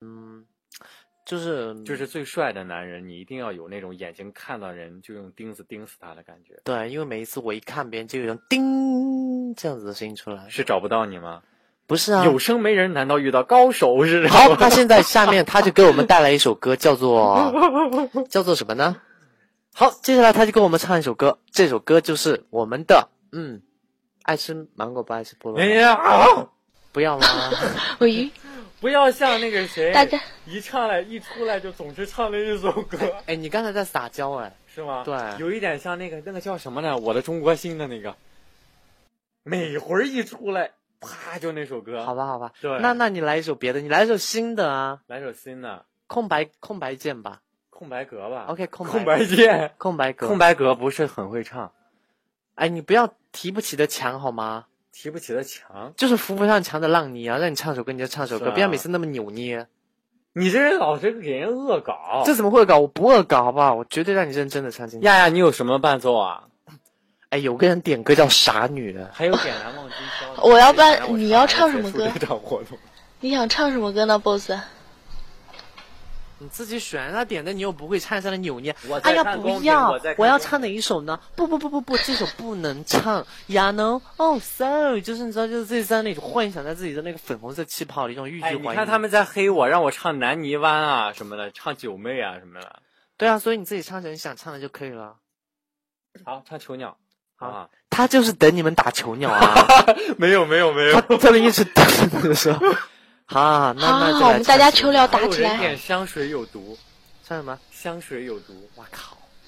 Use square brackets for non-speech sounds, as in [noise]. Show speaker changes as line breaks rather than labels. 嗯，就是
就是最帅的男人，你一定要有那种眼睛看到人就用钉子钉死他的感觉，
对，因为每一次我一看别人就有种叮这样子的声音出来，
是找不到你吗？
不是啊？
有生没人，难道遇到高手是这
好，
样
他
吗？
现在下面他就给我们带来一首歌，叫做叫做什么呢？好，接下来他就给我们唱一首歌，这首歌就是我们的嗯，爱吃芒果不爱吃菠萝，
[laughs] 哎呀，啊
不要吗？
喂，
不要像那个谁，
大家
一上来一出来就总是唱那一首歌，
哎，你刚才在撒娇哎，
是吗？
对
有一点像那个那个叫什么呢？我的中国心的那个，每回一出来，啪就那首歌。
好，吧好吧，
啊对
那那你来一首别的，你来一首新的啊，
来首新的《
空白空白键吧
空白格》吧。
，OK 空白
啊空白键，
空白格
空，白格不是很会唱，
哎，你不要提不起的墙好吗？
提不起的墙。
就是扶不上墙的浪泥啊，让你唱首歌你就唱首歌，
是啊
不要每次那么扭捏。
你这人老是给人恶搞。
这怎么会搞？我不恶搞好不好？我绝对让你认真的唱进去。
亚亚，你有什么伴奏啊？
哎，有个人点歌叫傻女，
还有《点燃望君宵》
[laughs]
的。
我要不然
点燃我
你要唱什么
结束
歌
这场
[laughs]
活动。
你想唱什么歌呢，boss？
你自己选，他点的你又不会唱，在那扭捏。
我在
哎呀，
看
不
公屏
要
我在看，
我要
公屏
唱哪一首呢？不不不不不，这首不能唱。呀 no，哦，sorry，就是你知道，就是自己在那里幻想在自己的那个粉红色气泡里，一种欲
哎，
拒
你
还迎。
看他们在黑我，让我唱《南泥湾》啊什么的，唱《九妹》啊什么的。
对啊，所以你自己唱成你想唱的就可以了。
好，唱《囚鸟》
好
啊。
他就是等你们打囚鸟啊，
没有没有没
[laughs] 他在那一直等的时
[laughs]
候。好好好，那那就
好，
来
我们大家
唱
秋聊打
还有
起
人
来。
点香水有毒，
唱什么？
香水有毒。
我靠！